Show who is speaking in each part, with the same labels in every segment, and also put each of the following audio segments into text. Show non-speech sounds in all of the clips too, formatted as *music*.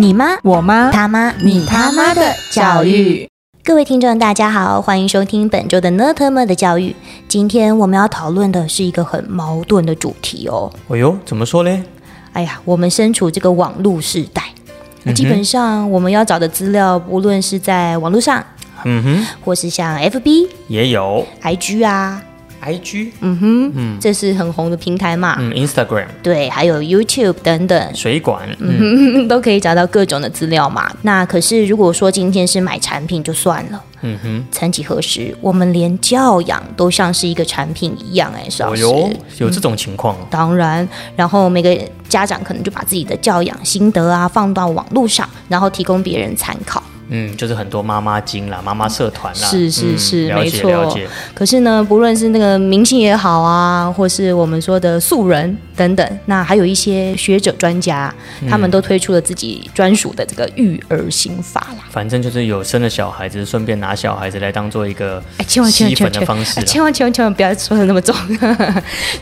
Speaker 1: 你妈、
Speaker 2: 我妈、
Speaker 1: 他妈、
Speaker 2: 你他妈的教育。
Speaker 1: 各位听众，大家好，欢迎收听本周的《呢特么的教育》。今天我们要讨论的是一个很矛盾的主题哦。
Speaker 3: 哎呦，怎么说嘞？
Speaker 1: 哎呀，我们身处这个网络时代，
Speaker 3: 嗯哼
Speaker 1: 基本上我们要找的资料，不论是在网络上，
Speaker 3: 嗯哼，
Speaker 1: 或是像 FB、
Speaker 3: 也有
Speaker 1: IG 啊，
Speaker 3: IG，
Speaker 1: 嗯哼，这是很红的平台嘛，
Speaker 3: 嗯，Instagram，
Speaker 1: 对，还有 YouTube 等等，
Speaker 3: 水管，嗯，
Speaker 1: 都可以找到各种的资料嘛。那可是如果说今天是买产品就算了，
Speaker 3: 嗯哼，
Speaker 1: 曾几何时，我们连教养都像是一个产品一样、哎，是老
Speaker 3: 哦
Speaker 1: 师。
Speaker 3: 哟，有这种情况哦，
Speaker 1: 当然，然后每个家长可能就把自己的教养心得啊放到网络上，然后提供别人参考。
Speaker 3: 嗯，就是很多妈妈经啦，妈妈社团啦，
Speaker 1: 是是是
Speaker 3: 嗯了
Speaker 1: 没
Speaker 3: 解
Speaker 1: 错
Speaker 3: 了解，
Speaker 1: 可是呢，不论是那个明星也好啊，或是我们说的素人等等，那还有一些学者专家，
Speaker 3: 嗯
Speaker 1: 他们都推出了自己专属的这个育儿心法啦。
Speaker 3: 反正就是有生了小孩子，顺便拿小孩子来当做一个
Speaker 1: 哎，千万千万
Speaker 3: 吸
Speaker 1: 千
Speaker 3: 粉
Speaker 1: 万
Speaker 3: 的
Speaker 1: 千万
Speaker 3: 方式
Speaker 1: 哎
Speaker 3: 啦，
Speaker 1: 千万千万千万不要说的那么重。 *laughs*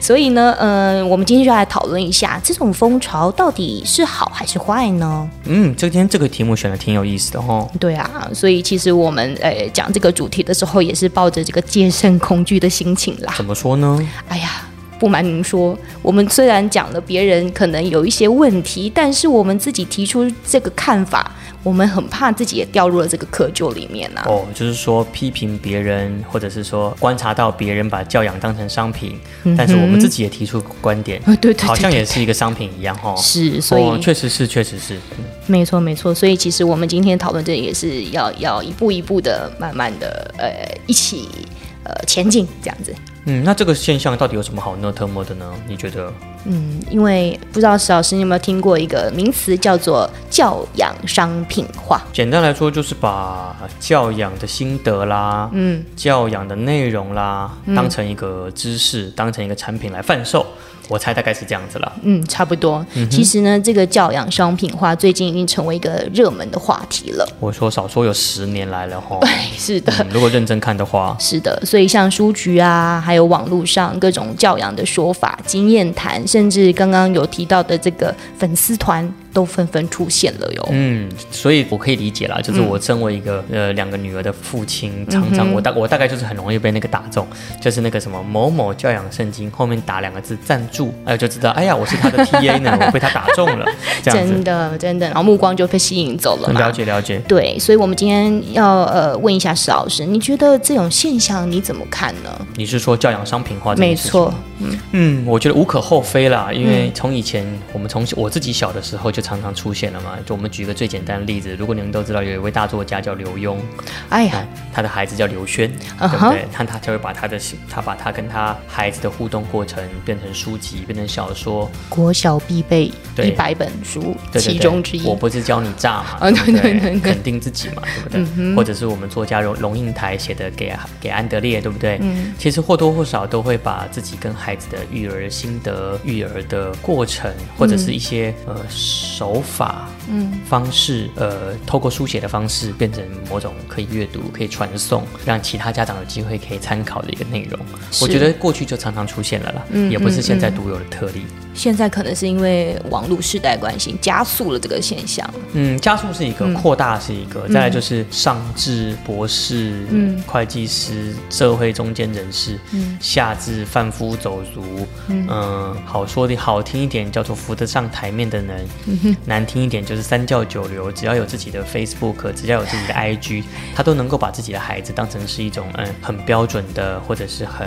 Speaker 1: 所以呢，嗯、我们今天就来讨论一下这种风潮到底是好还是坏呢？
Speaker 3: 嗯，今天这个题目选的挺有意思的哦。
Speaker 1: 对啊，所以其实我们呃讲这个主题的时候，也是抱着这个戒慎恐惧的心情啦。
Speaker 3: 怎么说呢？
Speaker 1: 哎呀，不瞒您说，我们虽然讲了别人可能有一些问题，但是我们自己提出这个看法，我们很怕自己也掉入了这个窠臼里面啊呐、
Speaker 3: 哦，就是说批评别人，或者是说观察到别人把教养当成商品，
Speaker 1: 嗯
Speaker 3: 但是我们自己也提出观点，
Speaker 1: 啊 *laughs* 对对对
Speaker 3: 哦好像也是一个商品一样哦。
Speaker 1: 是，所以、
Speaker 3: 哦，确实是，确实是，
Speaker 1: 没错没错，所以其实我们今天讨论这也是要要一步一步的，慢慢的呃一起呃前进这样子。
Speaker 3: 嗯，那这个现象到底有什么好呢特么的呢？你觉得？
Speaker 1: 嗯，因为不知道石老师你有没有听过一个名词叫做教养商品化？
Speaker 3: 简单来说，就是把教养的心得啦，嗯，教养的内容啦，
Speaker 1: 嗯
Speaker 3: 当成一个知识，当成一个产品来贩售。我猜大概是这样子啦。
Speaker 1: 嗯，差不多。其实呢，这个教养商品化最近已经成为一个热门的话题了。
Speaker 3: 我说少说有十年来
Speaker 1: *laughs*
Speaker 3: 了哈、
Speaker 1: 哎是的。
Speaker 3: 嗯如果认真看的话，
Speaker 1: 是的，所以像书局啊，还有网络上各种教养的说法、经验谈，甚至刚刚有提到的这个粉丝团，都纷纷出现了哟。
Speaker 3: 嗯，所以我可以理解啦，
Speaker 1: 嗯
Speaker 3: 就是我身为一个、呃两个女儿的父亲，常常我大我大概就是很容易被那个打中，就是那个什么某某教养圣经后面打两个字赞助，哎、就知道，哎呀，我是他的
Speaker 1: *laughs*
Speaker 3: TA 呢，我被他打中了，这样
Speaker 1: 真
Speaker 3: 子。
Speaker 1: 的，真的，然后目光就被吸引走了嘛
Speaker 3: 了。解了解，
Speaker 1: 对，所以我们今天要呃问一下石老师，你觉得这种现象你怎么看呢？
Speaker 3: 你是说教养商品啊化这
Speaker 1: 没
Speaker 3: 件事情？
Speaker 1: 错，嗯
Speaker 3: 嗯，我觉得无可厚非啦，因为从以前我们从我自己小的时候就常常出现了嘛。就我们举一个最简单的例子，如果你们都知道有一位大作家叫刘墉，
Speaker 1: 哎呀
Speaker 3: 啊，他的孩子叫刘轩，
Speaker 1: 嗯
Speaker 3: 对
Speaker 1: 哼
Speaker 3: 不对？那他就会把他的他把他跟他孩子的互动过程变成书籍，变成小说，
Speaker 1: 国小必备
Speaker 3: 对
Speaker 1: 一百本书
Speaker 3: 对对对
Speaker 1: 其中之一。
Speaker 3: 我不是教你炸嘛，
Speaker 1: 啊
Speaker 3: 对
Speaker 1: 对
Speaker 3: 不
Speaker 1: 对对嗯对
Speaker 3: 肯定自己嘛，对不对？或者是我们作家龙龙应台写的给给安德烈，对不对？
Speaker 1: 嗯
Speaker 3: 其实或多或少都会把自己跟孩子的育儿心得、育儿的过程，或者是一些、
Speaker 1: 嗯
Speaker 3: 呃手法、嗯方式，呃，透过书写的方式变成某种可以阅读、可以传送，让其他家长有机会可以参考的一个内容。我觉得过去就常常出现了啦，
Speaker 1: 嗯
Speaker 3: 也不是现在独有的特例。
Speaker 1: 现在可能是因为网络时代关系，加速了这个现象。
Speaker 3: 嗯，加速是一个，扩大是一个，再来就是上至博士、嗯、会计师、社会中间人士，嗯、下至贩夫走卒，嗯、好说的好听一点叫做扶得上台面的人，难听一点就是三教九流，只要有自己的 Facebook，只要有自己的 IG，他都能够把自己的孩子当成是一种嗯很标准的或者是很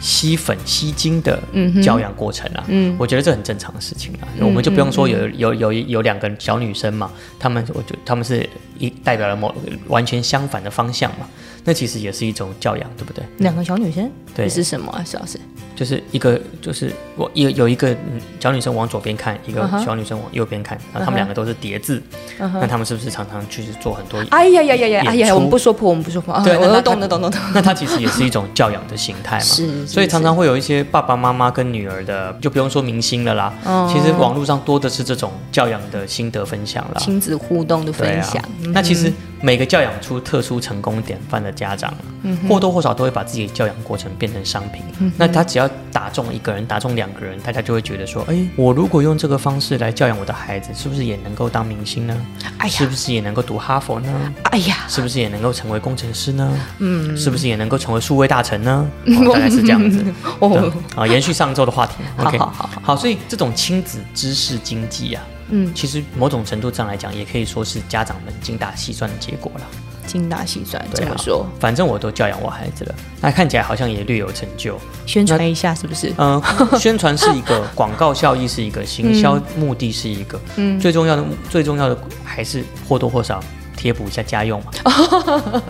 Speaker 3: 吸粉吸睛的
Speaker 1: 嗯
Speaker 3: 教养过程啊，嗯，我觉得这很正常的事情啊，我们就不用
Speaker 1: 嗯
Speaker 3: 说有有有有两个小女生嘛，她们我觉得她们是一代表了某完全相反的方向嘛，那其实也是一种教养，对不对？
Speaker 1: 两个小女生，
Speaker 3: 对
Speaker 1: 这是什么、啊，石老师？
Speaker 3: 就是一个就是我有有一个嗯小女生往左边看，一个
Speaker 1: 嗯哼嗯
Speaker 3: 小女生往右边看，然后她们两个都是叠字，那她们是不是常常去做很多？
Speaker 1: 哎呀呀呀呀！
Speaker 3: 演
Speaker 1: 哎呀，
Speaker 3: 出
Speaker 1: 我们不说破，我们不说破。啊
Speaker 3: 对，
Speaker 1: 我
Speaker 3: 那
Speaker 1: 都懂
Speaker 3: 她
Speaker 1: 的，懂的，懂。
Speaker 3: 那它其实也是一种教养的形态嘛，
Speaker 1: 是是
Speaker 3: 所以常常会有一些爸爸妈妈跟女儿的，就不用说明星了啦，
Speaker 1: 哦
Speaker 3: 其实网络上多的是这种教养的心得分享啦，
Speaker 1: 亲子互动的
Speaker 3: 对
Speaker 1: 分
Speaker 3: 啊
Speaker 1: 享，。嗯
Speaker 3: 那其实每个教养出特殊成功典范的家长，啊
Speaker 1: 嗯
Speaker 3: 或多或少都会把自己的教养过程变成商品。那他只要打中一个人，打中两个人，大家就会觉得说，哎、我如果用这个方式来教养我的孩子，是不是也能够当明星呢？
Speaker 1: 哎呀
Speaker 3: 是不是也能够读哈佛呢？
Speaker 1: 哎呀，
Speaker 3: 是不是也能够成为工程师呢？嗯，是不是也能够成为数位大
Speaker 1: *laughs*
Speaker 3: 臣呢？哦、大概是这样子。对
Speaker 1: 哦，
Speaker 3: 啊，延续上周的话题。
Speaker 1: *laughs* 好
Speaker 3: OK，
Speaker 1: 好好好
Speaker 3: 所以这种亲子知识经济啊，
Speaker 1: 嗯，
Speaker 3: 其实某种程度上来讲，也可以说是家长们精打细算的结果了。
Speaker 1: 精打细算，
Speaker 3: 对
Speaker 1: 这
Speaker 3: 啊
Speaker 1: 么说，
Speaker 3: 反正我都教养我孩子了，那看起来好像也略有成就。
Speaker 1: 宣传一下是不是？ *laughs*
Speaker 3: 嗯，宣传是一个，广告效益是一个，行销目的是
Speaker 1: *laughs*
Speaker 3: 一个，嗯，最重要的最重要的还是或多或少贴补一下
Speaker 1: *laughs*
Speaker 3: 家用嘛，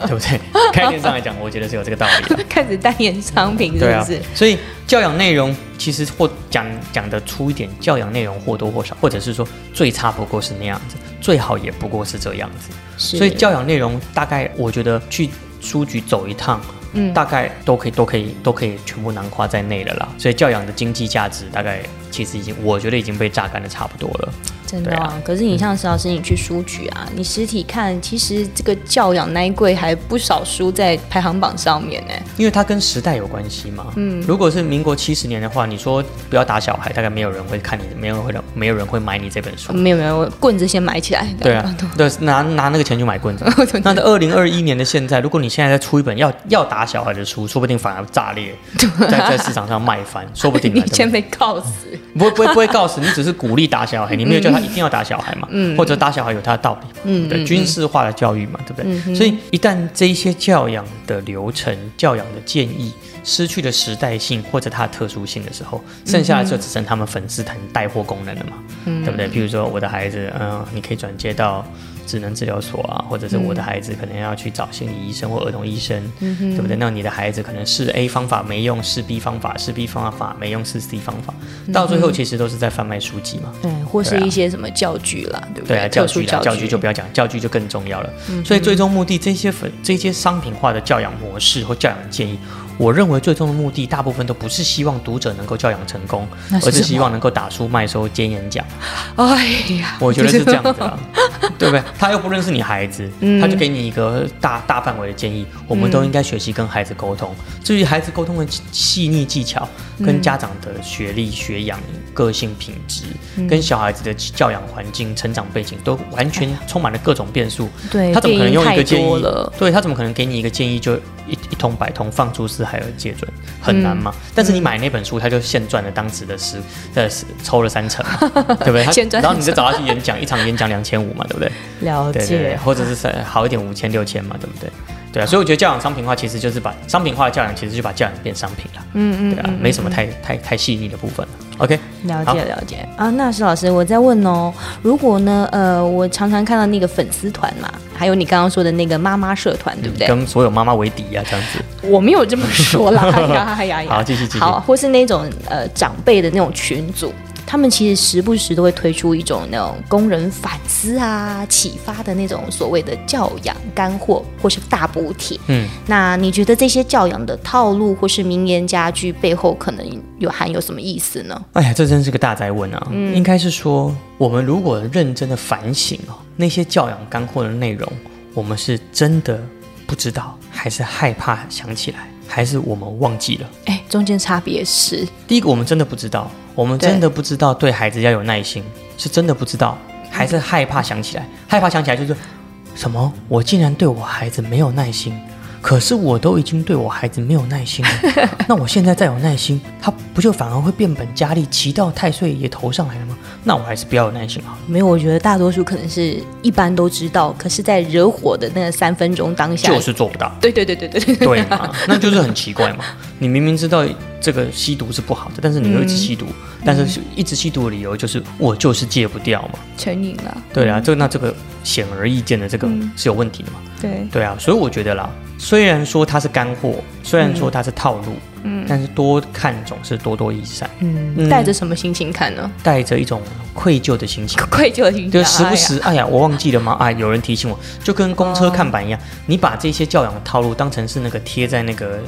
Speaker 3: 对不对？概念上来讲，我觉得是有这个道理的。
Speaker 1: *laughs* 开始代言商品是
Speaker 3: 对啊
Speaker 1: 不是？，
Speaker 3: 所以教养内容其实或讲讲得粗一点，教养内容或多或少，或者是说最差不过是那样子，最好也不过是这样子。
Speaker 1: 是
Speaker 3: 所以教养内容大概我觉得去书局走一趟。
Speaker 1: 嗯
Speaker 3: 大概都可以，都可以，都可以全部囊括在内了啦。所以教养的经济价值，大概其实已经，我觉得已经被榨干的差不多了。
Speaker 1: 真的
Speaker 3: 对
Speaker 1: 啊
Speaker 3: 啊，
Speaker 1: 可是你像石老师，你去书局啊，你实体看，其实这个教养那一柜还不少书在排行榜上面呢。
Speaker 3: 因为它跟时代有关系嘛。嗯，如果是民国七十年的话，你说不要打小孩，大概没有人会看你，没有人会，没有人会买你这本书。
Speaker 1: 没有没有，我棍子先买起来。
Speaker 3: 对啊，对，拿拿那个钱去
Speaker 1: *laughs*
Speaker 3: 买棍子。那在二零二一年的现在，如果你现在再出一本要要打小孩的书，说不定反而炸裂，在在市场上卖
Speaker 1: *laughs*
Speaker 3: 翻，说不定
Speaker 1: 啊
Speaker 3: 啊。
Speaker 1: 你
Speaker 3: 对不对
Speaker 1: 先被告死，
Speaker 3: 不会不会不会告诉你， *laughs* 只是鼓励打小孩，你
Speaker 1: 嗯
Speaker 3: 没有叫他一定要打小孩嘛，或者打小孩有他的道理嘛，
Speaker 1: 嗯
Speaker 3: 对，军事化的教育嘛，对不对？所以一旦这一些教养的流程、教养的建议失去了时代性或者它的特殊性的时候，剩
Speaker 1: 嗯
Speaker 3: 下的就只剩他们粉丝团带货功能了嘛，对不对？譬如说我的孩子，嗯、你可以转接到。职能治疗所啊，或者是
Speaker 1: 嗯
Speaker 3: 我的孩子可能要去找心理医生或儿童医生，对不对？那你的孩子可能是 A 方法没用，是 B 方法，是 B 方法没用，是 C 方法，到最
Speaker 1: 嗯
Speaker 3: 后其实都是在贩卖书籍嘛。
Speaker 1: 对，哎或是
Speaker 3: 对啊
Speaker 1: 一些什么教具啦，对不
Speaker 3: 对啊，
Speaker 1: 特
Speaker 3: 教
Speaker 1: 殊嗯
Speaker 3: 具啦，教具就不要讲，教具就更重要了。所以最终目的，这些粉这些商品化的教养模式或教养建议，我认为最终的目的，大部分都不是希望读者能够教养成功，
Speaker 1: 那是
Speaker 3: 而是
Speaker 1: 什么
Speaker 3: 希望能够打出卖收兼演讲。
Speaker 1: 哎呀，
Speaker 3: *laughs* 我觉得是这样子啊，对不对？他又不认识你孩子，他就给你一个大大范围的建议。我们都应该学习跟孩子沟通。至于孩子沟通的细腻技巧，跟家长的学历、学养、个性品质，跟小孩子的教养环境、成长背景，都完全充满了各种变数。
Speaker 1: 对，
Speaker 3: 他怎么可能用一个建
Speaker 1: 电影太多
Speaker 3: 议
Speaker 1: 了？？
Speaker 3: 对他怎么可能给你一个建议就一一通百通，放诸四海而皆准，很难
Speaker 1: 嗯
Speaker 3: 嘛。但是你买那本书，他就现赚了当时的十呃十抽了三成
Speaker 1: *laughs*
Speaker 3: 嘛，对不对？他
Speaker 1: 现赚
Speaker 3: 然后你再找他去演讲，一场演讲两千五嘛，对
Speaker 1: *laughs*
Speaker 3: 不对？
Speaker 1: 了
Speaker 3: 对对对，
Speaker 1: 解，
Speaker 3: 或者是三好一点五千六千嘛，对不对？对啊，所以我觉得教养商品化其实就是把商品化的教养，其实就把教养变商品了。嗯嗯，对啊，没什么太太太细腻的部分了。OK，
Speaker 1: 了
Speaker 3: 好
Speaker 1: 解了解啊，那石老师，我在问哦，如果呢，呃，我常常看到那个粉丝团嘛，还有你刚刚说的那个妈妈社团，对不对？
Speaker 3: 跟所有妈妈为敌啊，这样子。
Speaker 1: 我没有这么说
Speaker 3: *laughs*
Speaker 1: 啦，哎呀哎呀哎呀，
Speaker 3: 好继续继续
Speaker 1: 好，或是那种呃长辈的那种群组。他们其实时不时都会推出一种那种工人反思啊、启发的那种所谓的教养干货或是大补帖。
Speaker 3: 嗯，
Speaker 1: 那你觉得这些教养的套路或是名言佳句背后可能有含有什么意思呢？
Speaker 3: 哎呀，这真是个大灾问啊！应该是说，我们如果认真的反省哦，那些教养干货的内容，我们是真的不知道，还是害怕想起来，还是我们忘记了？
Speaker 1: 哎，中间差别是
Speaker 3: 第一个，我们真的不知道，我们真的不知道对孩子要有耐心，是真的不知道，还是害怕想起来？害怕想起来就是什么？我竟然对我孩子没有耐心，可是我都已经对我孩子没有耐心了，那我现在再有耐心，他不就反而会变本加厉，骑到太岁爷头上来了吗？那我还是不要有耐心好了。啊
Speaker 1: 没有，我觉得大多数可能是一般都知道，可是，在惹火的那三分钟当下，
Speaker 3: 就是做不到。 *laughs*
Speaker 1: 对对对对对对，
Speaker 3: 对嘛，那就是很奇怪嘛。你明明知道这个吸毒是不好的，但是你又一直吸毒，但是一直吸毒的理由就是我就是戒不掉嘛。
Speaker 1: *laughs* 成瘾了，
Speaker 3: 对啊，这那这个显而易见的这个
Speaker 1: 嗯
Speaker 3: 是有问题的嘛？
Speaker 1: 对，
Speaker 3: 对啊，所以我觉得啦，虽然说它是干货，虽然说它是套路，嗯，但是多看总是多多益善，
Speaker 1: 嗯，带着什么心情看呢？。
Speaker 3: 带着一种愧疚的心情
Speaker 1: 愧疚的心情，
Speaker 3: 就时不
Speaker 1: 哎呀
Speaker 3: 时，哎呀，我忘记了吗？啊，有人提醒我，就跟公车看板一样，
Speaker 1: 哦
Speaker 3: 你把这些教养套路当成是那个贴在那个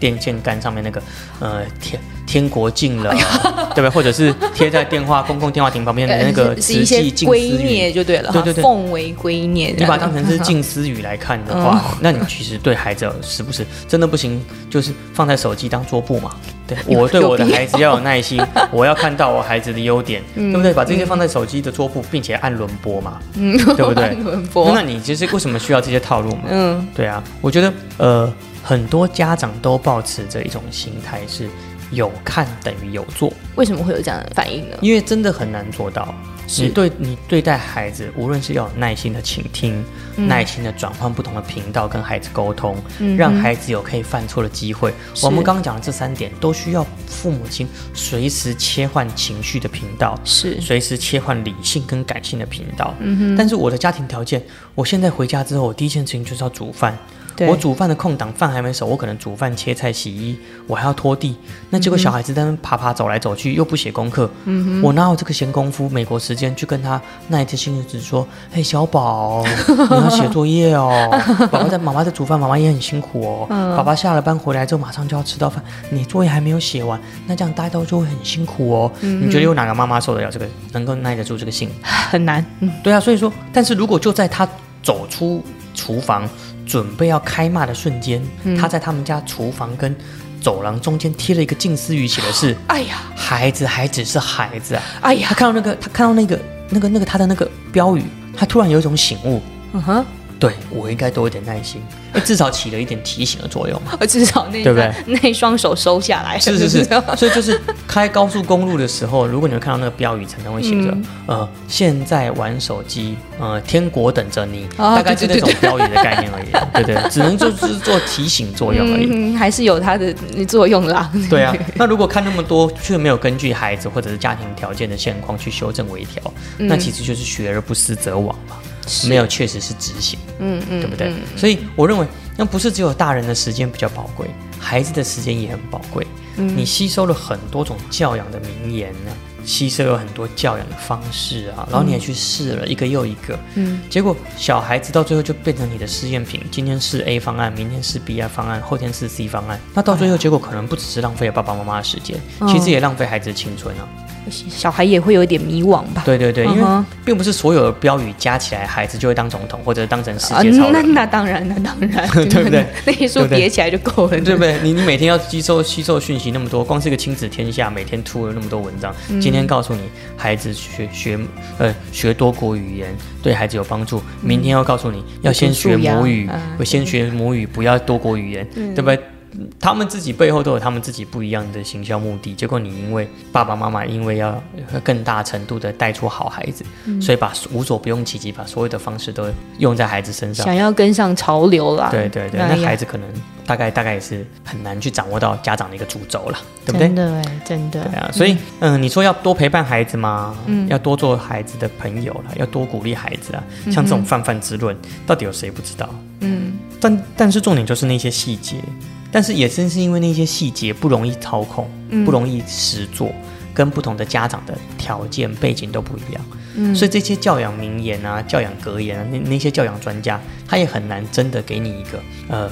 Speaker 3: 电线杆上面那个呃贴天国近
Speaker 1: 哎
Speaker 3: 了，对不对？或者是贴在电话公共电话亭旁边的
Speaker 1: *laughs*
Speaker 3: 那个
Speaker 1: 是呃一
Speaker 3: 慈
Speaker 1: 些
Speaker 3: 济近
Speaker 1: 圭
Speaker 3: 思
Speaker 1: 臬
Speaker 3: 语，
Speaker 1: 就对了，
Speaker 3: 对对对
Speaker 1: 奉为圭臬这样。
Speaker 3: 你把它当成是近思语来看的话，
Speaker 1: 嗯
Speaker 3: 那你其实对孩子是不是真的不行？就是放在手机当桌布嘛。对
Speaker 1: 有
Speaker 3: 我对我的
Speaker 1: 有必要嗯
Speaker 3: 孩子要有
Speaker 1: *laughs*
Speaker 3: 耐心，我要看到我孩子的优点，对不对？把这些放在手机的桌布，并且按轮播嘛，对不
Speaker 1: 嗯 *laughs*
Speaker 3: 对
Speaker 1: 按？轮播
Speaker 3: 那你其实为什么需要这些套路嘛？
Speaker 1: 嗯
Speaker 3: 对啊，我觉得呃，很多家长都抱持着一种心态是。有看等于有做，
Speaker 1: 为什么会有这样的反应呢？
Speaker 3: 因为真的很难做到。
Speaker 1: 是
Speaker 3: 你对你对待孩子，无论是要有耐心的倾听，
Speaker 1: 嗯
Speaker 3: 耐心的转换不同的频道跟孩子沟通，让孩子有可以犯错的机会。我们刚刚讲的这三点，都需要父母亲随时切换情绪的频道，
Speaker 1: 是
Speaker 3: 随时切换理性跟感性的频道。嗯但是我的家庭条件，我现在回家之后，我第一件事情就是要煮饭。
Speaker 1: 对
Speaker 3: 我煮饭的空档，饭还没熟，我可能煮饭、切菜、洗衣，我还要拖地。那结果小孩子在那边爬爬走来走去，又不写功课，我哪有这个闲工夫？美国时间去跟他耐着性子说：“嘿，哎小宝，你要写作业哦。爸爸在，妈妈在煮饭，妈妈也很辛苦哦。爸爸下了班回来之后，马上就要吃到饭，你作业还没有写完，那这样大家都就会很辛苦哦。你觉得有哪个妈妈受得了这个，能够耐得住这个性？
Speaker 1: 很难。嗯
Speaker 3: 对啊，所以说，但是如果就在他走出厨房准备要开骂的瞬间，
Speaker 1: 嗯
Speaker 3: 他在他们家厨房跟走廊中间贴了一个近似语写的是
Speaker 1: 哎呀，
Speaker 3: “孩子还只是孩子啊
Speaker 1: 哎”，
Speaker 3: 他
Speaker 1: 呀，
Speaker 3: 看到那个他看到那个那个那个他的那个标语，他突然有一种醒悟，
Speaker 1: 嗯哼，
Speaker 3: 对我应该多一点耐心，哎至少起了一点提醒的作用。
Speaker 1: 我至少那
Speaker 3: 对不对
Speaker 1: 那一双手收下来了，
Speaker 3: 是是
Speaker 1: 你
Speaker 3: 是
Speaker 1: 知道吗，
Speaker 3: 所以就是开高速公路的时候，如果你会看到那个标语，常常会写
Speaker 1: 嗯
Speaker 3: 着、呃，现在玩手机，呃，天国等着你，
Speaker 1: 哦
Speaker 3: 大概是
Speaker 1: 对
Speaker 3: 那
Speaker 1: 对
Speaker 3: 种标语的概念而已。对对只能就是做提醒作用而已。
Speaker 1: 嗯，还是有它的作用啦。
Speaker 3: *laughs* 对啊，那如果看那么多却没有根据孩子或者是家庭条件的现况去修正微调，那其实就是学而不思则罔嘛，没有确嗯实是执行，嗯嗯，对不对？所以我认为，那不是只有大人的时间比较宝贵，孩子的时间也很宝贵。你吸收了很多种教养的名言呢、吸收了很多教养的方式啊，然后你也去试了一个又一个，嗯，结果小孩子到最后就变成你的试验品，今天是 A 方案，明天是 B 啊方案，后天是 C 方案，那到最后结果可能不只是浪费了爸爸妈妈的时间，
Speaker 1: 哎
Speaker 3: 其实也浪费孩子的青春啊。
Speaker 1: 小孩也会有一点迷惘吧？
Speaker 3: 对对对，因
Speaker 1: 嗯
Speaker 3: 为
Speaker 1: 哼
Speaker 3: 并不是所有的标语加起来，孩子就会当总统或者当成世
Speaker 1: 啊，
Speaker 3: 界超
Speaker 1: 那
Speaker 3: 人。
Speaker 1: 那当然，那当
Speaker 3: *laughs*
Speaker 1: 然，
Speaker 3: 对不对？
Speaker 1: 那一束
Speaker 3: 对不对
Speaker 1: 叠起来就够了，
Speaker 3: 对不对？你你每天要吸收吸收讯息那么多，光是一个亲子天下每天出了那么多文章，今天告诉你孩子学学呃学多国语言对孩子有帮助，明天要告诉你要先学母语
Speaker 1: 读书呀，
Speaker 3: 会先学母语，不要多国语言，对不对？他们自己背后都有他们自己不一样的行销目的，结果你因为爸爸妈妈因为要更大程度的带出好孩子，所以把无所不用其极，把所有的方式都用在孩子身上
Speaker 1: 想。要跟上潮流啦。
Speaker 3: 对对对，
Speaker 1: 哎呀
Speaker 3: 那孩子可能大概大概也是很难去掌握到家长的一个主轴了，对不对
Speaker 1: 真？的哎，真的
Speaker 3: 对。啊，所以嗯、你说要多陪伴孩子嘛，要多做孩子的朋友了，要多鼓励孩子啊。像这种泛泛之论，到底有谁不知道？嗯，但但是重点就是那些细节，但是也正是因为那些细节不容易操控，不容易实做，跟不同的家长的条件背景都不一样，所以这些教养名言啊、教养格言啊，那那些教养专家，他也很难真的给你一个呃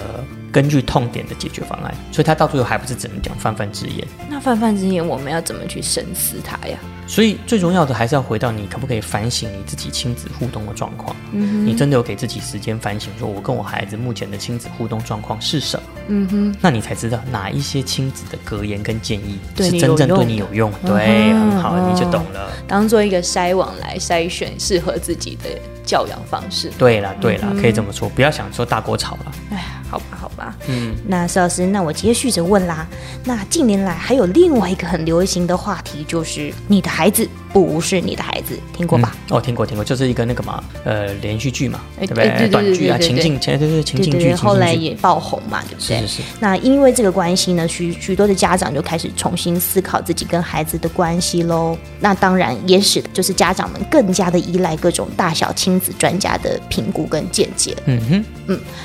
Speaker 3: 根据痛点的解决方案，所以他到最后还不是只能讲泛泛之言。
Speaker 1: 那泛泛之言，我们要怎么去深思它呀？
Speaker 3: 所以最重要的还是要回到你可不可以反省你自己亲子互动的状况。
Speaker 1: 嗯
Speaker 3: 你真的有给自己时间反省，说我跟我孩子目前的亲子互动状况是什么？嗯哼，那你才知道哪一些亲子的格言跟建议
Speaker 1: 对
Speaker 3: 是
Speaker 1: 你
Speaker 3: 真正
Speaker 1: 有
Speaker 3: 对
Speaker 1: 用嗯
Speaker 3: 你有用。对，很好，
Speaker 1: 哦
Speaker 3: 你就懂了。
Speaker 1: 当做一个筛网来筛选适合自己的教养方式。
Speaker 3: 对啦，对啦，可以这么说，不要想说大锅炒了。
Speaker 1: 哎呀，好吧，好吧，
Speaker 2: 那邵老师，那我接续着问啦。那近年来还有另外一个很流行的话题，就是你的孩子不是你的孩子，听过吧？
Speaker 3: 哦，听过听过，就是一个那个嘛，呃，连续剧嘛，
Speaker 1: 哎
Speaker 3: 对不
Speaker 1: 哎对对
Speaker 3: 短剧啊，
Speaker 1: 对对对
Speaker 3: 情境，前对对情
Speaker 2: 对
Speaker 3: 境
Speaker 2: 对
Speaker 3: 剧，情
Speaker 2: 对，
Speaker 3: 境
Speaker 2: 后来
Speaker 3: 剧
Speaker 2: 也爆红嘛，对不对？
Speaker 3: 是是是。
Speaker 2: 那因为这个关系呢，许许多的家长就开始重新思考自己跟孩子的关系喽。那当然也使就是家长们更加的依赖各种大小亲子专家的评估跟见解。
Speaker 3: 嗯哼。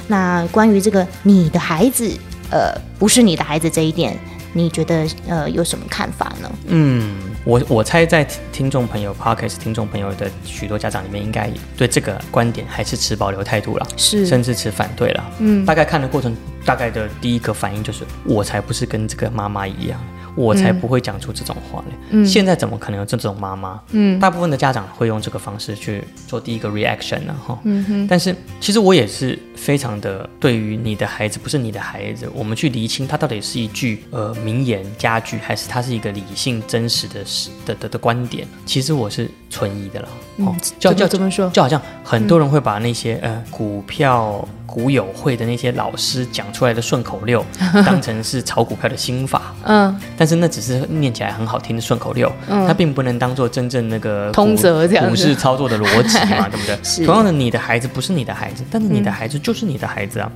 Speaker 2: 那关于这个你的孩子，呃，不是你的孩子这一点，你觉得呃有什么看法呢？
Speaker 3: 嗯，我我猜在听众朋友 podcast 听众朋友的许多家长里面，应该对这个观点还是持保留态度了，
Speaker 1: 是
Speaker 3: 甚至持反对了。嗯，大概看的过程，大概的第一个反应就是，我才不是跟这个妈妈一样，我才不会讲出这种话嘞。嗯、现在怎么可能有这种妈妈？嗯，大部分的家长会用这个方式去做第一个 reaction 呢、哈。嗯哼。但是其实我也是非常的对于你的孩子不是你的孩子，我们去厘清他到底是一句呃名言佳句，还是他是一个理性真实的事的的的观点，其实我是存疑的啦。哦，就就
Speaker 1: 怎么说
Speaker 3: 就好像很多人会把那些、呃股票股友会的那些老师讲出来的顺口 *laughs* 溜，当成是炒股票的心法。
Speaker 1: 嗯，
Speaker 3: 但是那只是念起来很好听的顺口溜，它并不能当做真正那个股
Speaker 1: 通则这样子
Speaker 3: 股市操作的逻辑
Speaker 1: *laughs*
Speaker 3: 嘛，对不对？同样的，你的孩子不是你的孩子，但是你
Speaker 1: 嗯
Speaker 3: 的孩子就是你的孩子啊。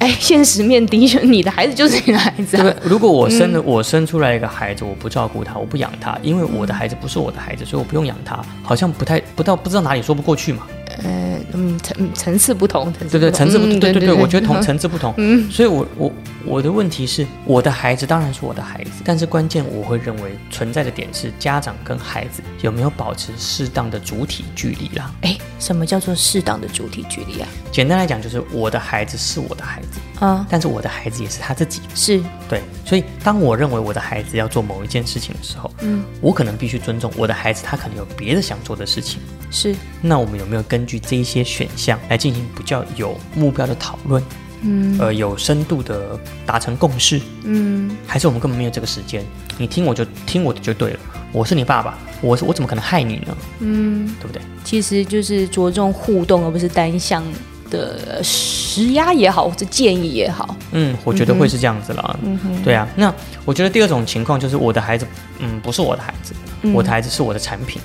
Speaker 1: 哎，现实面的确，你的孩子就是你的孩子、
Speaker 3: 对不
Speaker 1: 啊，
Speaker 3: 对？如果我生了、我生出来一个孩子，我不照顾他，我不养他，因为我的孩子不是我的孩子，所以我不用养他，好像不太不到不知道哪里说不过去嘛。
Speaker 1: 嗯，层嗯层次不同，层次
Speaker 3: 对对，层次不同，
Speaker 1: 嗯
Speaker 3: 对
Speaker 1: 对
Speaker 3: 对对，我觉得同层次不同。嗯，所以我我我的问题是，我的孩子当然是我的孩子，但是关键我会认为存在的点是家长跟孩子有没有保持适当的主体距离啦。
Speaker 1: 哎，什么叫做适当的主体距离啊？
Speaker 3: 简单来讲，就是我的孩子是我的孩子，
Speaker 1: 啊，
Speaker 3: 但是我的孩子也是他自己。
Speaker 1: 是，
Speaker 3: 对，所以当我认为我的孩子要做某一件事情的时候，嗯，我可能必须尊重我的孩子，他可能有别的想做的事情。
Speaker 1: 是，
Speaker 3: 那我们有没有根据这一些选项来进行比较有目标的讨论？嗯，呃，有深度的达成共识。嗯，还是我们根本没有这个时间，你听我就听我的就对了。我是你爸爸，我是我怎么可能害你呢？嗯，对不对？
Speaker 1: 其实就是着重互动，而不是单向的施压也好，或者建议也好。
Speaker 3: 嗯，我觉得会是这样子啦。对啊，那我觉得第二种情况就是我的孩子，嗯，不是我的孩子，我的孩子是我的产品。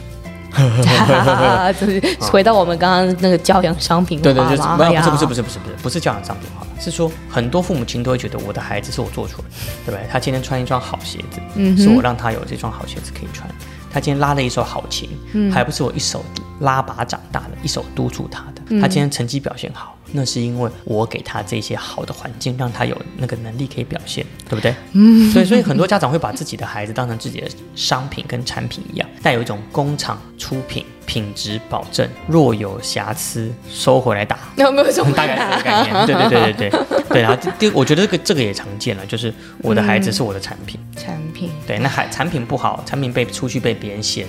Speaker 1: 啊 *laughs* 就是回到我们刚刚那个教养商品化
Speaker 3: 对对，就是
Speaker 1: 嘛
Speaker 3: 没有
Speaker 1: 哎呀
Speaker 3: 不是不是不是不是不是不是教养商品化，是说很多父母亲都会觉得我的孩子是我做出来的，对不对？他今天穿一双好鞋子，
Speaker 1: 嗯
Speaker 3: 是我让他有这双好鞋子可以穿。他今天拉了一首好琴，
Speaker 1: 嗯
Speaker 3: 还不是我一手拉拔长大的，一手督促他的。
Speaker 1: 嗯
Speaker 3: 他今天成绩表现好，那是因为我给他这些好的环境，让他有那个能力可以表现，对不对？嗯，所以所以很多家长会把自己的孩子当成自己的商品跟产品一样，带有一种工厂出品、品质保证，若有瑕疵收回来打。
Speaker 1: *laughs* 那有没有什么
Speaker 3: *laughs* 大概是这个概念，对对对对对对。然后第，我觉得这个这个也常见了，就是我的孩子是我的产品，
Speaker 1: 产品？
Speaker 3: 对，那还产品不好，产品被出去被别人嫌，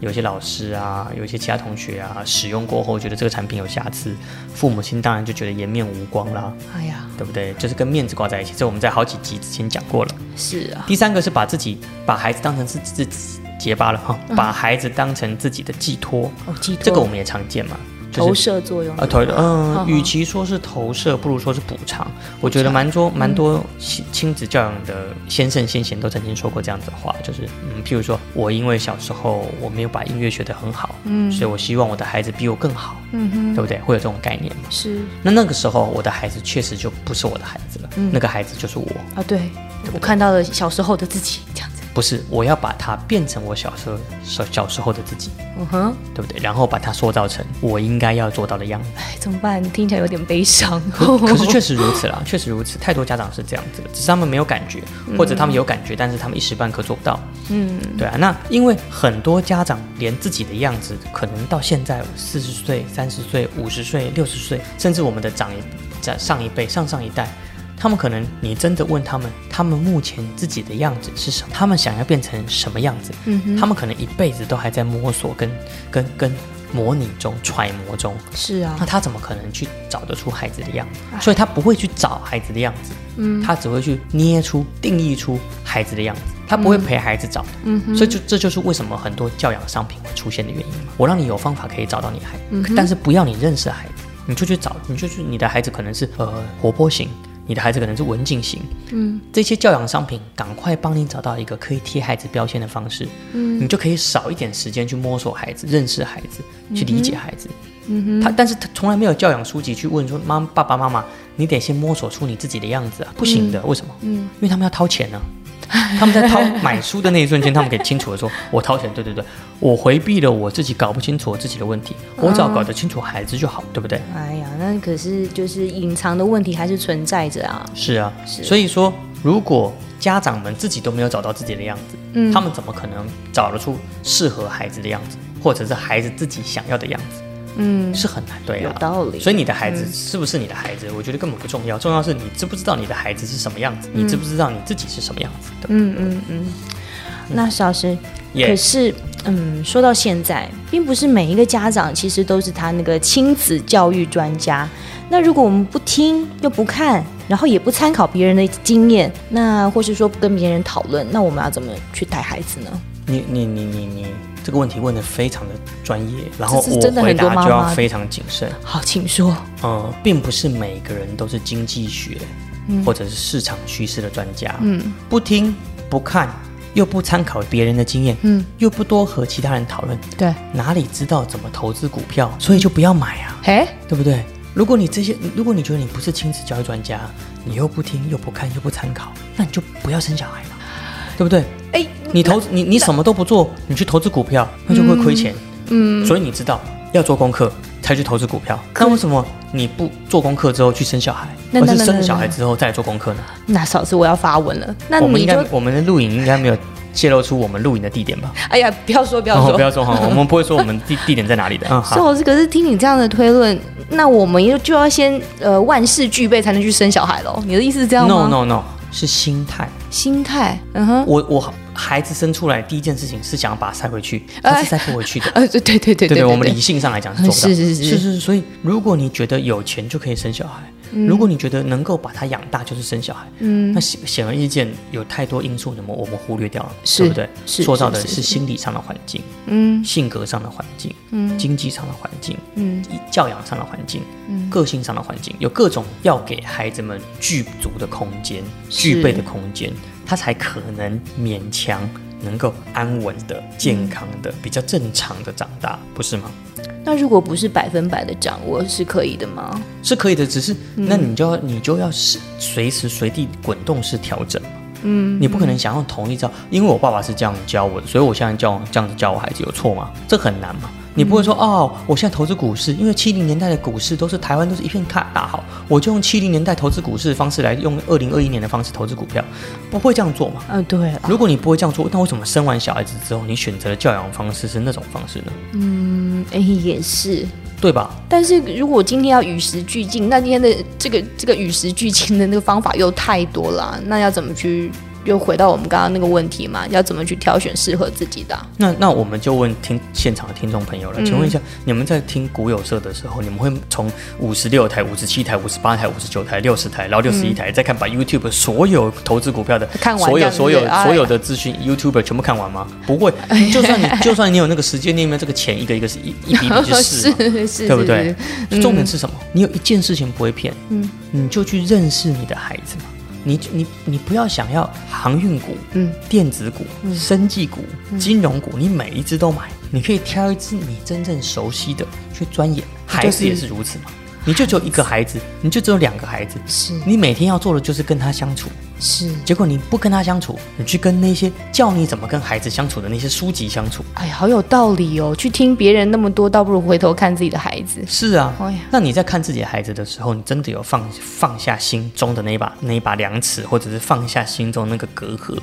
Speaker 3: 有些老师啊，有一些其他同学啊，使用过后觉得这个产品有瑕疵，父母亲当然就觉得颜面无光啦，
Speaker 1: 哎呀，
Speaker 3: 对不对？就是跟面子挂在一起，这我们在好几集之前讲过了。
Speaker 1: 是啊，
Speaker 3: 第三个是把自己把孩子当成是自己结巴了哈，把孩子当成自己的嗯寄托，
Speaker 1: 哦，寄托
Speaker 3: 这个我们也常见嘛，就是
Speaker 1: 投射作用
Speaker 3: 啊，投嗯、
Speaker 1: 嗯
Speaker 3: 与其说是投射，不如说是补偿。我觉得蛮多蛮多亲亲子教养的先生先贤都曾经说过这样子的话，就是嗯，譬如说我因为小时候我没有把音乐学得很好，嗯，所以我希望我的孩子比我更好，嗯哼，对不对？会有这种概念嘛？
Speaker 1: 是
Speaker 3: 那那个时候我的孩子确实就不是我的孩子了，那个孩子就是我，
Speaker 1: 啊，对，我看到了小时候的自己这样子。
Speaker 3: 不是我要把他变成我小时候小小时候的自己，
Speaker 1: 嗯哼，
Speaker 3: 对不对？然后把他塑造成我应该要做到的样子。
Speaker 1: 哎，怎么办？听起来有点悲伤。
Speaker 3: 可
Speaker 1: *laughs*
Speaker 3: 是确实如此啦， *laughs* 确实如此，太多家长是这样子的，只是他们没有感觉，或者他们有感觉，但是他们一时半刻做不到。嗯，对啊，那因为很多家长连自己的样子，可能到现在四十岁、三十岁、五十岁、六十岁，甚至我们的长一、长上一辈、上上一代。他们可能，你真的问他们，他们目前自己的样子是什么？他们想要变成什么样子？嗯、他们可能一辈子都还在摸索跟、跟、跟模拟中、揣摩中。
Speaker 1: 是啊
Speaker 3: 那，他怎么可能去找得出孩子的样子？所以他不会去找孩子的样子，嗯，他只会去捏出、定义出孩子的样子，他不会陪孩子找，嗯，所以就这就是为什么很多教养商品会出现的原因嘛。我让你有方法可以找到你的孩子，但是不要你认识孩子，你就去找，你就去你的孩子可能是呃活泼型。你的孩子可能是文静型，嗯，这些教养商品赶快帮你找到一个可以贴孩子标签的方式，嗯，你就可以少一点时间去摸索孩子、认识孩子、去理解孩子，他，但是他从来没有教养书籍去问说妈爸爸妈妈，你得先摸索出你自己的样子啊，不行的，为什么？嗯，因为他们要掏钱呢、 *laughs* 他们在掏买书的那一瞬间，他们可以清楚的说：“我掏钱，对对对，我回避了我自己搞不清楚我自己的问题，我只要搞得清楚孩子就好，对不对？”
Speaker 1: 哎呀，那可是就是隐藏的问题还是存在着啊。
Speaker 3: 是啊，所以说，如果家长们自己都没有找到自己的样子，
Speaker 2: 嗯
Speaker 3: 他们怎么可能找得出适合孩子的样子，或者是孩子自己想要的样子？嗯，是很难对
Speaker 1: 有
Speaker 3: 啊。
Speaker 1: 道理。
Speaker 3: 所以你的孩子
Speaker 2: 嗯
Speaker 3: 是不是你的孩子，我觉得根本不重要，重要是你知不知道你的孩子是什么样子，
Speaker 2: 嗯
Speaker 3: 你知不知道你自己是什么样子的。
Speaker 1: 嗯嗯嗯，
Speaker 2: 那小石，
Speaker 3: 也
Speaker 2: 可是，嗯，说到现在，并不是每一个家长其实都是他那个亲子教育专家。那如果我们不听又不看，然后也不参考别人的经验，那或是说不跟别人讨论，那我们要怎么去带孩子呢？
Speaker 3: 你你你你你这个问题问的非常的专业，然后
Speaker 2: 这是
Speaker 3: 我
Speaker 2: 真的
Speaker 3: 回
Speaker 2: 很多
Speaker 3: 答
Speaker 2: 妈
Speaker 3: 就要
Speaker 2: 妈
Speaker 3: 非常谨慎。
Speaker 2: 好，请说。
Speaker 3: 呃，并不是每个人都是经济学、或者是市场趋势的专家。嗯，不听不看，又不参考别人的经验，嗯，又不多和其他人讨论，
Speaker 2: 对，
Speaker 3: 哪里知道怎么投资股票？所以就不要买啊，
Speaker 2: 哎，
Speaker 3: 对不对？如果你这些，如果你觉得你不是亲子教育专家，你又不听又不看又不参考，那你就不要生小孩嘛，对不对？
Speaker 1: 哎，
Speaker 3: 你投你你什么都不做，你去投资股票，那就会亏钱。嗯，所以你知道要做功课才去投资股票。那为什么你不做功课之后去生小孩，
Speaker 2: 那
Speaker 3: 而是
Speaker 2: 那那
Speaker 3: 生
Speaker 2: 那
Speaker 3: 了小
Speaker 2: 那
Speaker 3: 孩之后再来做功课呢？
Speaker 2: 那嫂子，我要发文了。那
Speaker 3: 我们
Speaker 2: 你
Speaker 3: 应该
Speaker 2: 就，哦
Speaker 3: 我们的录影应该没有泄露出我们录影的地点吧？
Speaker 2: 哎呀，不要说，不要
Speaker 3: 哦，
Speaker 2: 说
Speaker 3: 不。要说哈，我们不会说我们地地点在哪里的。嗯，
Speaker 2: 所以
Speaker 3: 好，
Speaker 2: 老师，可是听你这样的推论，那我们又就要先呃万事俱备才能去生小孩喽？你的意思是这样吗
Speaker 3: No No No，是心态。
Speaker 2: 心态，嗯哼，
Speaker 3: 我我孩子生出来第一件事情是想要把他塞回去，他
Speaker 2: 哎
Speaker 3: 是塞不回去的。
Speaker 2: 呃，对对对对
Speaker 3: 对
Speaker 2: 对，
Speaker 3: 我们理性上来讲是做不到。
Speaker 2: 是是是
Speaker 3: 是是所以如果你觉得有钱就可以生小孩，
Speaker 2: 嗯
Speaker 3: 如果你觉得能够把他养大就是生小孩，嗯，那显显而易见有太多因素我们我们忽略掉了，
Speaker 2: 是
Speaker 3: 对不对？
Speaker 2: 是
Speaker 3: 说到的
Speaker 2: 是是
Speaker 3: 是心理上的环境，
Speaker 2: 嗯，
Speaker 3: 性格上的环境，嗯，经济上的环境，嗯，教养上的环境，嗯，个性上的环境，有各种要给孩子们具足的空间，具备的空间，他才可能勉强。能够安稳的、健康的、比较正常的长大，不是吗？
Speaker 2: 那如果不是百分百的掌握是可以的吗？
Speaker 3: 是可以的，只是那你就要、你就要是随时随地滚动式调整嘛。嗯，你不可能想用同一招，因为我爸爸是这样教我的，所以我现在教这样子教我孩子有错吗？这很难嘛。你不会说、哦，我现在投资股市，因为七零年代的股市都是台湾都是一片大大好，我就用七零年代投资股市的方式来用二零二一年的方式投资股票，不会这样做嘛？
Speaker 2: 嗯、对了，
Speaker 3: 如果你不会这样做，那为什么生完小孩子之后，你选择的教养方式是那种方式呢？
Speaker 2: 哎，也是。
Speaker 3: 对吧？
Speaker 2: 但是如果今天要与时俱进，那今天的这个这个与时俱进的那个方法又太多了啊、那要怎么去？又回到我们刚刚那个问题嘛，要怎么去挑选适合自己的啊、
Speaker 3: 那那我们就问听现场的听众朋友了，
Speaker 2: 嗯
Speaker 3: 请问一下，你们在听古有社的时候，你们会从五十六台、五十七台、五十八台、五十九台、六十台，然后六十一台，再看把 YouTube 所有投资股票的
Speaker 2: 嗯看完
Speaker 3: 所
Speaker 2: 这
Speaker 3: 有
Speaker 2: 样
Speaker 3: 所
Speaker 2: 对不
Speaker 3: 有
Speaker 2: 对哎
Speaker 3: 所有的资讯 YouTube 全部看完吗？不会，就
Speaker 2: *laughs*
Speaker 3: 算你就算你有那个时间，你有没有这个钱一个一个是一一笔一笔去试嘛？
Speaker 2: 呃 *laughs* 是是，
Speaker 3: 对不对
Speaker 2: 是？？
Speaker 3: 重点是什么？你有一件事情不会骗，嗯，你就去认识你的孩子嘛。你你你不要想要航运股、嗯，电子股、生技股、金融股，你每一只都买，你可以挑一只你真正熟悉的去钻研。孩子也是如此嘛，你就只有一个孩子，你就只有两个孩子，
Speaker 2: 是
Speaker 3: 你每天要做的就是跟他相处。
Speaker 2: 是，
Speaker 3: 结果你不跟他相处，你去跟那些教你怎么跟孩子相处的那些书籍相处，
Speaker 2: 哎，好有道理哦！去听别人那么多，倒不如回头看自己的孩子。
Speaker 3: 是啊，
Speaker 2: 哎呀
Speaker 3: 那你在看自己的孩子的时候，你真的有放放下心中的那一把那一把量尺，或者是放下心中那个隔阂，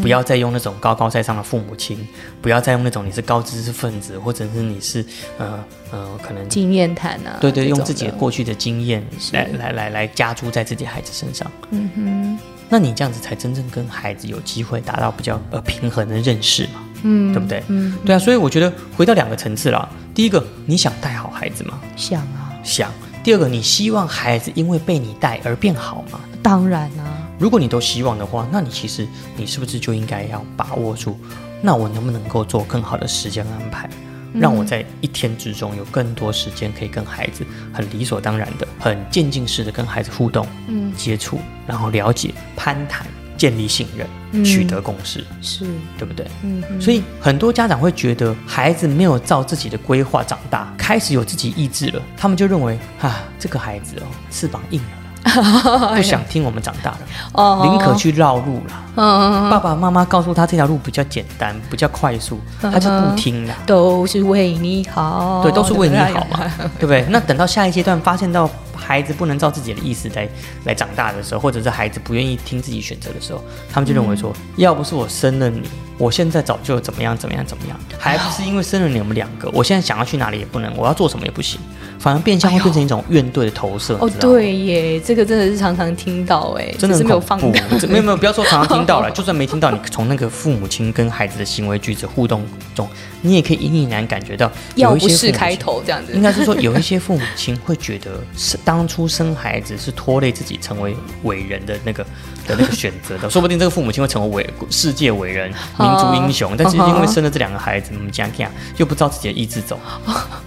Speaker 3: 不要再用那种高高在上的父母亲，不要再用那种你是高知识分子，或者是你是呃呃可能
Speaker 2: 经验谈啊，
Speaker 3: 对对，
Speaker 2: 这种
Speaker 3: 用自己的过去的经验来来来来加注在自己孩子身上。嗯哼，那你这样子才真正跟孩子有机会达到比较呃平衡的认识嘛。嗯，对不对？嗯，对啊，所以我觉得回到两个层次啦。第一个，你想带好孩子吗？
Speaker 2: 想啊，
Speaker 3: 想。第二个，你希望孩子因为被你带而变好吗？
Speaker 2: 当然啊，
Speaker 3: 如果你都希望的话，那你其实你是不是就应该要把握住？那我能不能够做更好的时间安排，让我在一天之中有更多时间可以跟孩子很理所当然的、很渐进式的跟孩子互动、嗯、接触，然后了解、攀谈、建立信任、取得共识，
Speaker 2: 是
Speaker 3: 对不对？嗯。所以很多家长会觉得孩子没有照自己的规划长大，开始有自己意志了，他们就认为啊，这个孩子哦，翅膀硬了 *laughs* 啦，不想听我们长大了。
Speaker 2: 哦
Speaker 3: 宁可去绕路啦。爸爸妈妈告诉他这条路比较简单，比较快速，他就不听啦。
Speaker 2: 都是为你好，
Speaker 1: 哦
Speaker 2: 啊
Speaker 3: 啊
Speaker 1: 哎
Speaker 3: 对，都是为你好嘛，对不对？那等到下一阶段发现到孩子不能照自己的意思来来长大的时候，或者是孩子不愿意听自己选择的时候，他们就认为说，
Speaker 1: 嗯
Speaker 3: 要不是我生了你，我现在早就怎么样怎么样怎么样，
Speaker 1: 哦
Speaker 3: 还不是因为生了你我们两个，我现在想要去哪里也不能，我要做什么也不行，反而变相会变成一种怨怼的投射，
Speaker 1: 哦
Speaker 3: 你，知道吗
Speaker 1: 对耶，这个真的是常常听到哎，
Speaker 3: 真的
Speaker 1: 只是
Speaker 3: 很
Speaker 1: 没有
Speaker 3: 恐
Speaker 1: 放
Speaker 3: 怖
Speaker 1: 大。，
Speaker 3: 这
Speaker 2: *laughs*
Speaker 3: 没有没有，不要说常常听
Speaker 1: *laughs*
Speaker 3: 到了，就算没听到，你从那个父母亲跟孩子的行为举止互动中，你也可以隐隐然感觉到
Speaker 1: 要
Speaker 3: 有一些
Speaker 1: 不是
Speaker 3: 父母
Speaker 1: 开
Speaker 3: 亲
Speaker 1: 头这样子
Speaker 3: 应，该是说有一些父母亲会觉得是当初生孩子是拖累自己成为伟人的那个的那个选
Speaker 1: *laughs*
Speaker 3: 择的，说不定这个父母亲会成为伟世界伟人、
Speaker 1: 哦
Speaker 3: 民族英雄，但是因为生了这两个孩子，我们讲讲又不知道自己的意志
Speaker 1: *laughs*
Speaker 3: 走，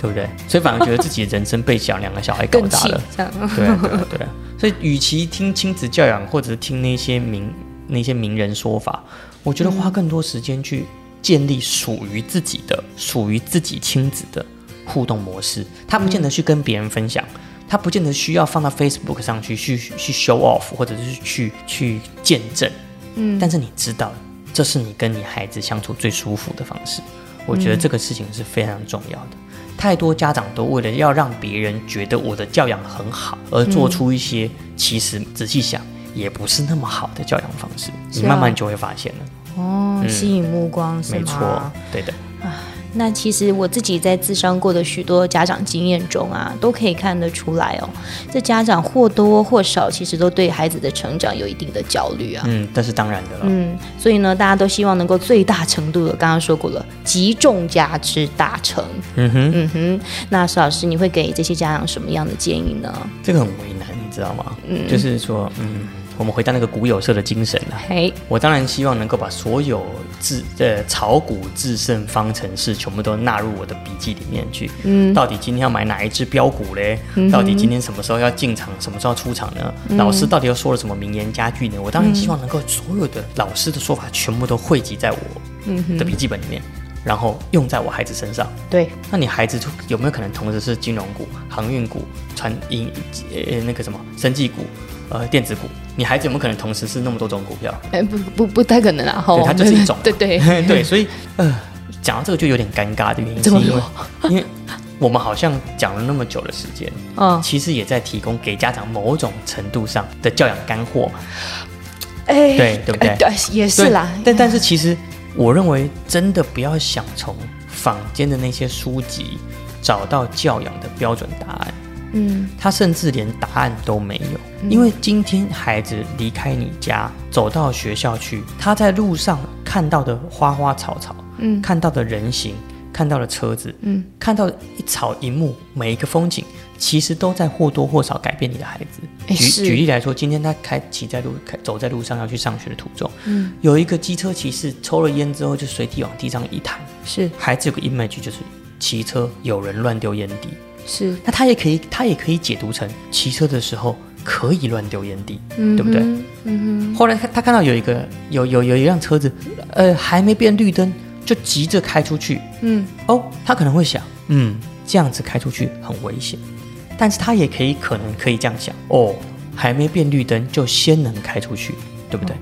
Speaker 3: 对不对？所以反而觉得自己的人生被小两个小孩搞
Speaker 1: 更
Speaker 3: 砸
Speaker 1: 气
Speaker 3: 了。
Speaker 1: 这样。
Speaker 3: 对啊，对啊，对啊。所以，与其听亲子教养，或者是听那些名那些名人说法，我觉得花更多时间去建立属于自己的、属于自己亲子的互动模式。他不见得去跟别人分享，他不见得需要放到 Facebook 上去去去 show off，或者是去去见证。嗯，但是你知道，这是你跟你孩子相处最舒服的方式。我觉得这个事情是非常重要的。太多家长都为了要让别人觉得我的教养很好，而做出一些其实仔细想也不是那么好的教养方式。
Speaker 2: 啊
Speaker 3: 你慢慢就会发现了，
Speaker 2: 哦，吸引目光是吗？
Speaker 3: 没错，对的。
Speaker 2: 那其实我自己在自商过的许多家长经验中啊，都可以看得出来哦，这家长或多或少其实都对孩子的成长有一定的焦虑啊。
Speaker 3: 嗯，这是当然的了。
Speaker 2: 嗯，所以呢，大家都希望能够最大程度的，刚刚说过了，集众家之大成。
Speaker 3: 嗯哼，
Speaker 2: 嗯哼，那石老师，你会给这些家长什么样的建议呢？
Speaker 3: 这个很为难，你知道吗？就是说，嗯，我们回到那个古有社的精神啊。
Speaker 2: 嘿，
Speaker 3: 我当然希望能够把所有制呃炒股制胜方程式全部都纳入我的笔记里面去。嗯，到底今天要买哪一只标股嘞？到底今天什么时候要进场，什么时候要出场呢？老师到底又说了什么名言佳句呢？我当然希望能够所有的老师的说法全部都汇集在我的笔记本里面，然后用在我孩子身上。
Speaker 2: 对，
Speaker 3: 那你孩子就有没有可能同时是金融股、航运股、传银呃那个什么生技股、呃电子股？你孩子有没有可能同时是那么多种股票？
Speaker 1: 哎，不不不太可能啊！吼
Speaker 3: 对，它就
Speaker 2: *laughs*
Speaker 3: 是一种
Speaker 1: 对对， *laughs*
Speaker 3: 对，所以呃，讲到这个就有点尴尬的原因，是
Speaker 1: 怎么
Speaker 3: 因为 *laughs* 因为我们好像讲了那么久的时间，
Speaker 1: 嗯，
Speaker 3: 其实也在提供给家长某种程度上的教养干货嘛，
Speaker 1: 哎，
Speaker 3: 对对不对
Speaker 1: 哎对，也是
Speaker 3: 对
Speaker 1: 啦。
Speaker 3: 但但是其实我认为，真的不要想从坊间的那些书籍找到教养的标准答案。
Speaker 1: 嗯，
Speaker 3: 他甚至连答案都没有，因为今天孩子离开你家，走到学校去，他在路上看到的花花草草，嗯，看到的人行，看到的车子，嗯，看到的一草一木，每一个风景，其实都在或多或少改变你的孩子。
Speaker 1: 哎是
Speaker 3: 举举例来说，今天他开骑在路开走在路上要去上学的途中，嗯，有一个机车骑士抽了烟之后就随地往地上一弹，
Speaker 1: 是
Speaker 3: 孩子有个 image 就是骑车有人乱丢烟蒂，
Speaker 1: 是，
Speaker 3: 那他也可以，他也可以解读成骑车的时候可以乱丢烟蒂，对不对？嗯后来他他看到有一个有有有一辆车子，呃，还没变绿灯就急着开出去，
Speaker 1: 嗯，
Speaker 3: 哦，他可能会想，嗯，这样子开出去很危险，但是他也可以可能可以这样想，哦，还没变绿灯就先能开出去，对不对？
Speaker 1: 哎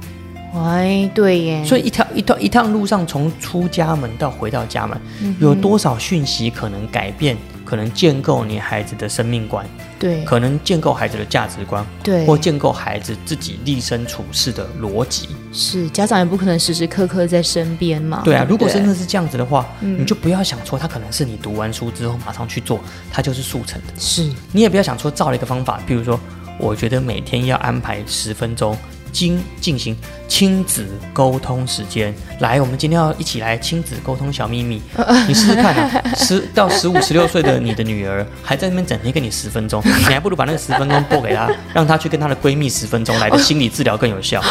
Speaker 2: 喂，对耶，
Speaker 3: 所以一条一条一趟路上，从出家门到回到家门，
Speaker 2: 嗯
Speaker 3: 有多少讯息可能改变，可能建构你孩子的生命观，
Speaker 2: 对
Speaker 3: 可能建构孩子的价值观，
Speaker 2: 对
Speaker 3: 或建构孩子自己立身处世的逻辑。
Speaker 2: 是家长也不可能时时刻刻在身边嘛。
Speaker 3: 对嗯啊，
Speaker 2: 不
Speaker 3: 如果真的是这样子的话，你就不要想说他可能是你读完书之后马上去做，他就是速成的。
Speaker 2: 是
Speaker 3: 你也不要想说造了一个方法，比如说，我觉得每天要安排十分钟经进行亲子沟通时间。来，我们今天要一起来亲子沟通小秘密。 *laughs* 你试试看啊，十到十五、十六岁的你的女儿还在那边整天跟你十分钟，你还不如把那个十分钟拨给她，让她去跟她的闺蜜十分钟来的心理治疗更有 *laughs* 效，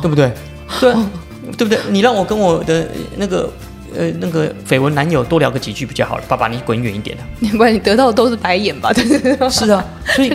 Speaker 3: 对不对？对，对不对？你让我跟我的那个。呃，那个绯闻男友多聊个几句比较好了。爸爸，你滚远一点啊！
Speaker 1: 不然你得到的都是白眼吧？对对对，
Speaker 3: *laughs* 是啊，所以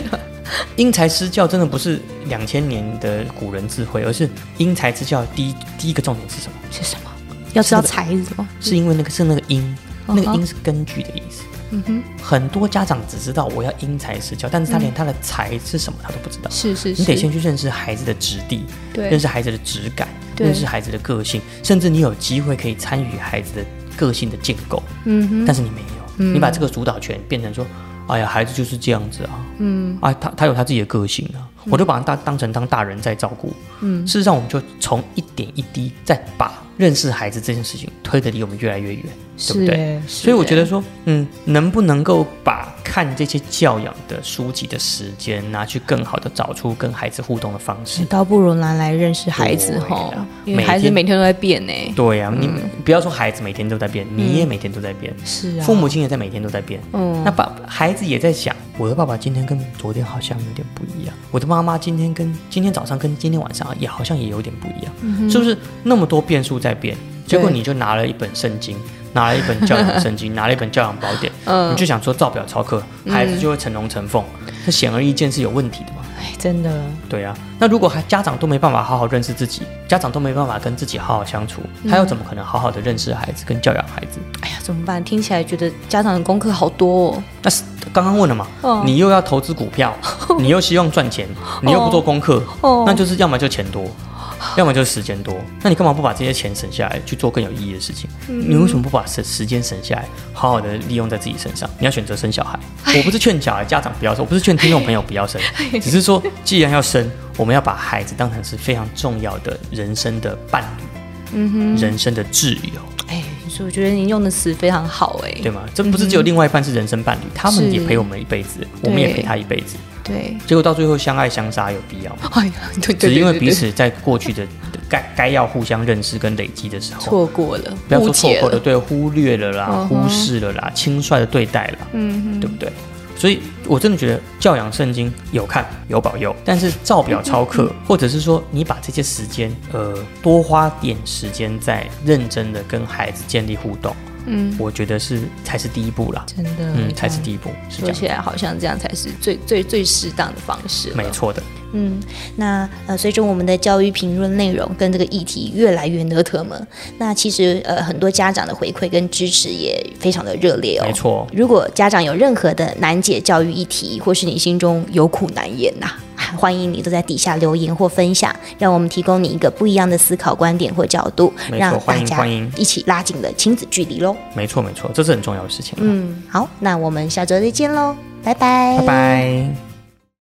Speaker 3: 因材施教真的不是两千年的古人智慧，而是因材施教的第一第一个重点是什么？
Speaker 2: 是什么？要知道才是什么？
Speaker 3: 是因为那个是那个因，那个因是根据的意思。嗯哼，很多家长只知道我要因材施教，但是他连他的才是什么他都不知
Speaker 1: *laughs*
Speaker 3: 道。
Speaker 1: 是是
Speaker 3: 你得
Speaker 1: 是，
Speaker 3: 先去认识孩子的质地，
Speaker 1: 对
Speaker 3: 认识孩子的质感，
Speaker 1: 对
Speaker 3: 认识孩子的个性，甚至你有机会可以
Speaker 1: 嗯
Speaker 3: 参与孩子的个性的建构，嗯哼，但是你没有，你把这个主导权变成说，哎呀，孩子就是这样子啊，嗯，啊，他他有他自己的个性啊，
Speaker 1: 嗯
Speaker 3: 我就把他当当成当大人在照顾，嗯，事实上我们就从一点一滴再把认识孩子这件事情推得离我们越来越远，对不
Speaker 1: 是
Speaker 3: 对？
Speaker 1: 欸，
Speaker 3: 所以我觉
Speaker 1: 得
Speaker 3: 得说，嗯，能不能够把看这些教养的书籍的时间拿去更好的找出跟孩子互动的方式，
Speaker 1: 倒不如拿来认识孩子
Speaker 3: 对
Speaker 1: 吼
Speaker 3: 啊，
Speaker 1: 因为
Speaker 3: 每
Speaker 1: 孩子
Speaker 3: 天
Speaker 1: 每天都在变呢。
Speaker 3: 对呀、你不要说孩子每天都在变，你也每天都在变，
Speaker 1: 嗯是啊，
Speaker 3: 父母亲也在每天都在变。
Speaker 1: 嗯
Speaker 3: 那爸孩子也在想，我的爸爸今天跟昨天好像有点不一样，我的妈妈今天跟今天早上跟今天晚上也好像也有点不一样，是不是？那么多变数在变，结果
Speaker 1: 嗯对
Speaker 3: 你就拿了一本圣经，拿了一本教养圣
Speaker 1: *laughs*
Speaker 3: 经，拿了一本教养宝典，
Speaker 1: 嗯
Speaker 3: 你就想说照表操课，孩子就会成龙成凤，这显而易见是有问题的嘛？
Speaker 1: 哎真的，
Speaker 3: 对啊，那如果还家长都没办法好好认识自己，家长都没办法跟自己好好相处，他又怎么可能好好的认识孩子跟教养孩子？
Speaker 1: 哎呀，怎么办？听起来觉得家长的功课好多哦。
Speaker 3: 那是刚刚问了嘛，
Speaker 1: 哦
Speaker 3: 你又要投资股
Speaker 1: *laughs*
Speaker 3: 票，你又希望赚钱，你又不做功课，
Speaker 1: 哦
Speaker 3: 那就是要么就钱多，要么就是时间多。那你干嘛不把这些钱省下来去做更有意义的事情？
Speaker 1: 嗯
Speaker 3: 你为什么不把时时间省下来，好好的利用在自己身上？你要选择生小孩，
Speaker 1: 哎
Speaker 3: 我不是劝小孩家长不要生，我不是劝听众朋友不要生，只是说既然要生，我们要把孩子当成是非常重要的人生的伴侣，嗯哼，人生的挚友。
Speaker 1: 哎，所以我觉得您用的词非常好哎。
Speaker 3: 对吗？这不是只有另外一半是人生伴侣，他们也陪我们一辈子，我们也陪他一辈子。
Speaker 1: 嗯对，
Speaker 3: 结果到最后相爱相杀有必要吗？
Speaker 1: 哎呀， *laughs* 对对
Speaker 3: 只
Speaker 1: 对，
Speaker 3: 因为
Speaker 1: 对
Speaker 3: 彼
Speaker 1: 对
Speaker 3: 此在过去的 *laughs* 该该要互相认识跟累积的时候，
Speaker 1: 错过了，
Speaker 3: 不要说
Speaker 1: 误
Speaker 3: 错
Speaker 1: 解
Speaker 3: 过了，
Speaker 1: 了，嗯
Speaker 3: 对，忽略了啦，忽视了啦，轻率的对待啦，嗯，对不对？所以，我真的觉得教养圣经有看有保佑，但是照表抄
Speaker 1: 嗯
Speaker 3: 课，或者是说你把这些时间，呃，多花点时间在认真的跟孩子建立互动，嗯，我觉得是才是第一步啦。
Speaker 1: 真的，
Speaker 3: 嗯，才是第一步，是这
Speaker 1: 说
Speaker 3: 样
Speaker 1: 起来好像这样才是最最最适当的方式了。
Speaker 3: 没错的。
Speaker 2: 嗯，那呃，随着我们的教育评论内容跟这个议题越来越热特们，那其实呃很多家长的回馈跟支持也非常的热烈哦。
Speaker 3: 没错
Speaker 2: 如果家长有任何的难解教育议题，或是你心中有苦难言呐、啊欢迎你都在底下留言或分享，让我们提供你一个不一样的思考观点或角度，
Speaker 3: 没错
Speaker 2: 让
Speaker 3: 欢
Speaker 2: 大
Speaker 3: 迎
Speaker 2: 家
Speaker 3: 欢迎
Speaker 2: 一起拉近了亲子距离喽。
Speaker 3: 没错没错，这是很重要的事情。嗯，
Speaker 2: 嗯，好，那我们下周再见喽，拜拜，
Speaker 3: 拜拜。